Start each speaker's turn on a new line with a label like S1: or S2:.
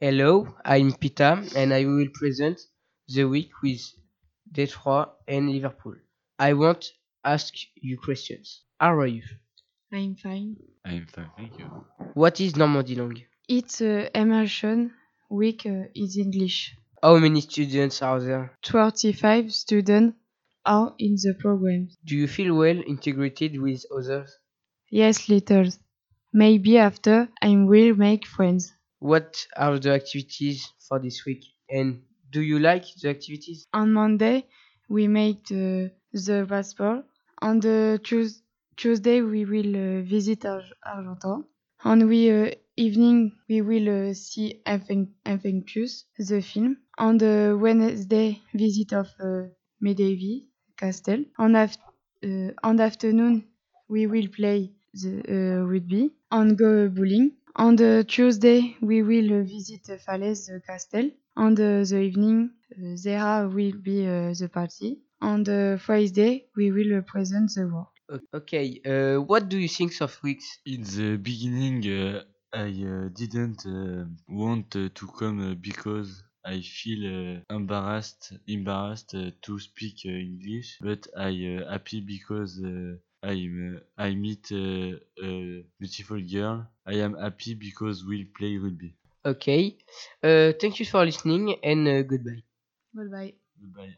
S1: Hello, I'm Pita and I will present the week with Detroit and Liverpool. I won't ask you questions. How are you?
S2: I'm fine.
S3: I'm fine, thank you.
S1: What is Normandy Langue?
S2: It's uh, immersion week uh, is English.
S1: How many students are there?
S2: 35 students are in the program.
S1: Do you feel well integrated with others?
S2: Yes, little. Maybe after I will make friends.
S1: What are the activities for this week? And do you like the activities?
S2: On Monday, we make the, the passport. On the Tues- Tuesday, we will uh, visit Ar- Argentan. On the uh, evening, we will uh, see Infin- Infinctus, the film. On the Wednesday, visit of uh, Medevi Castle. On, af- uh, on the afternoon, we will play the uh, rugby and go bowling. On the Tuesday, we will uh, visit uh, Falaise uh, Castle. On the, the evening, uh, there will be uh, the party. On the Friday, we will uh, present the work.
S1: O- Okay, uh, what do you think of weeks?
S3: In the beginning, uh, I uh, didn't uh, want uh, to come uh, because I feel uh, embarrassed, embarrassed uh, to speak uh, English. But I uh, happy because uh, I uh, I meet uh, a beautiful girl. I am happy because we'll play rugby.
S1: Okay, uh, thank you for listening and uh, goodbye.
S2: Bye bye.
S3: Goodbye.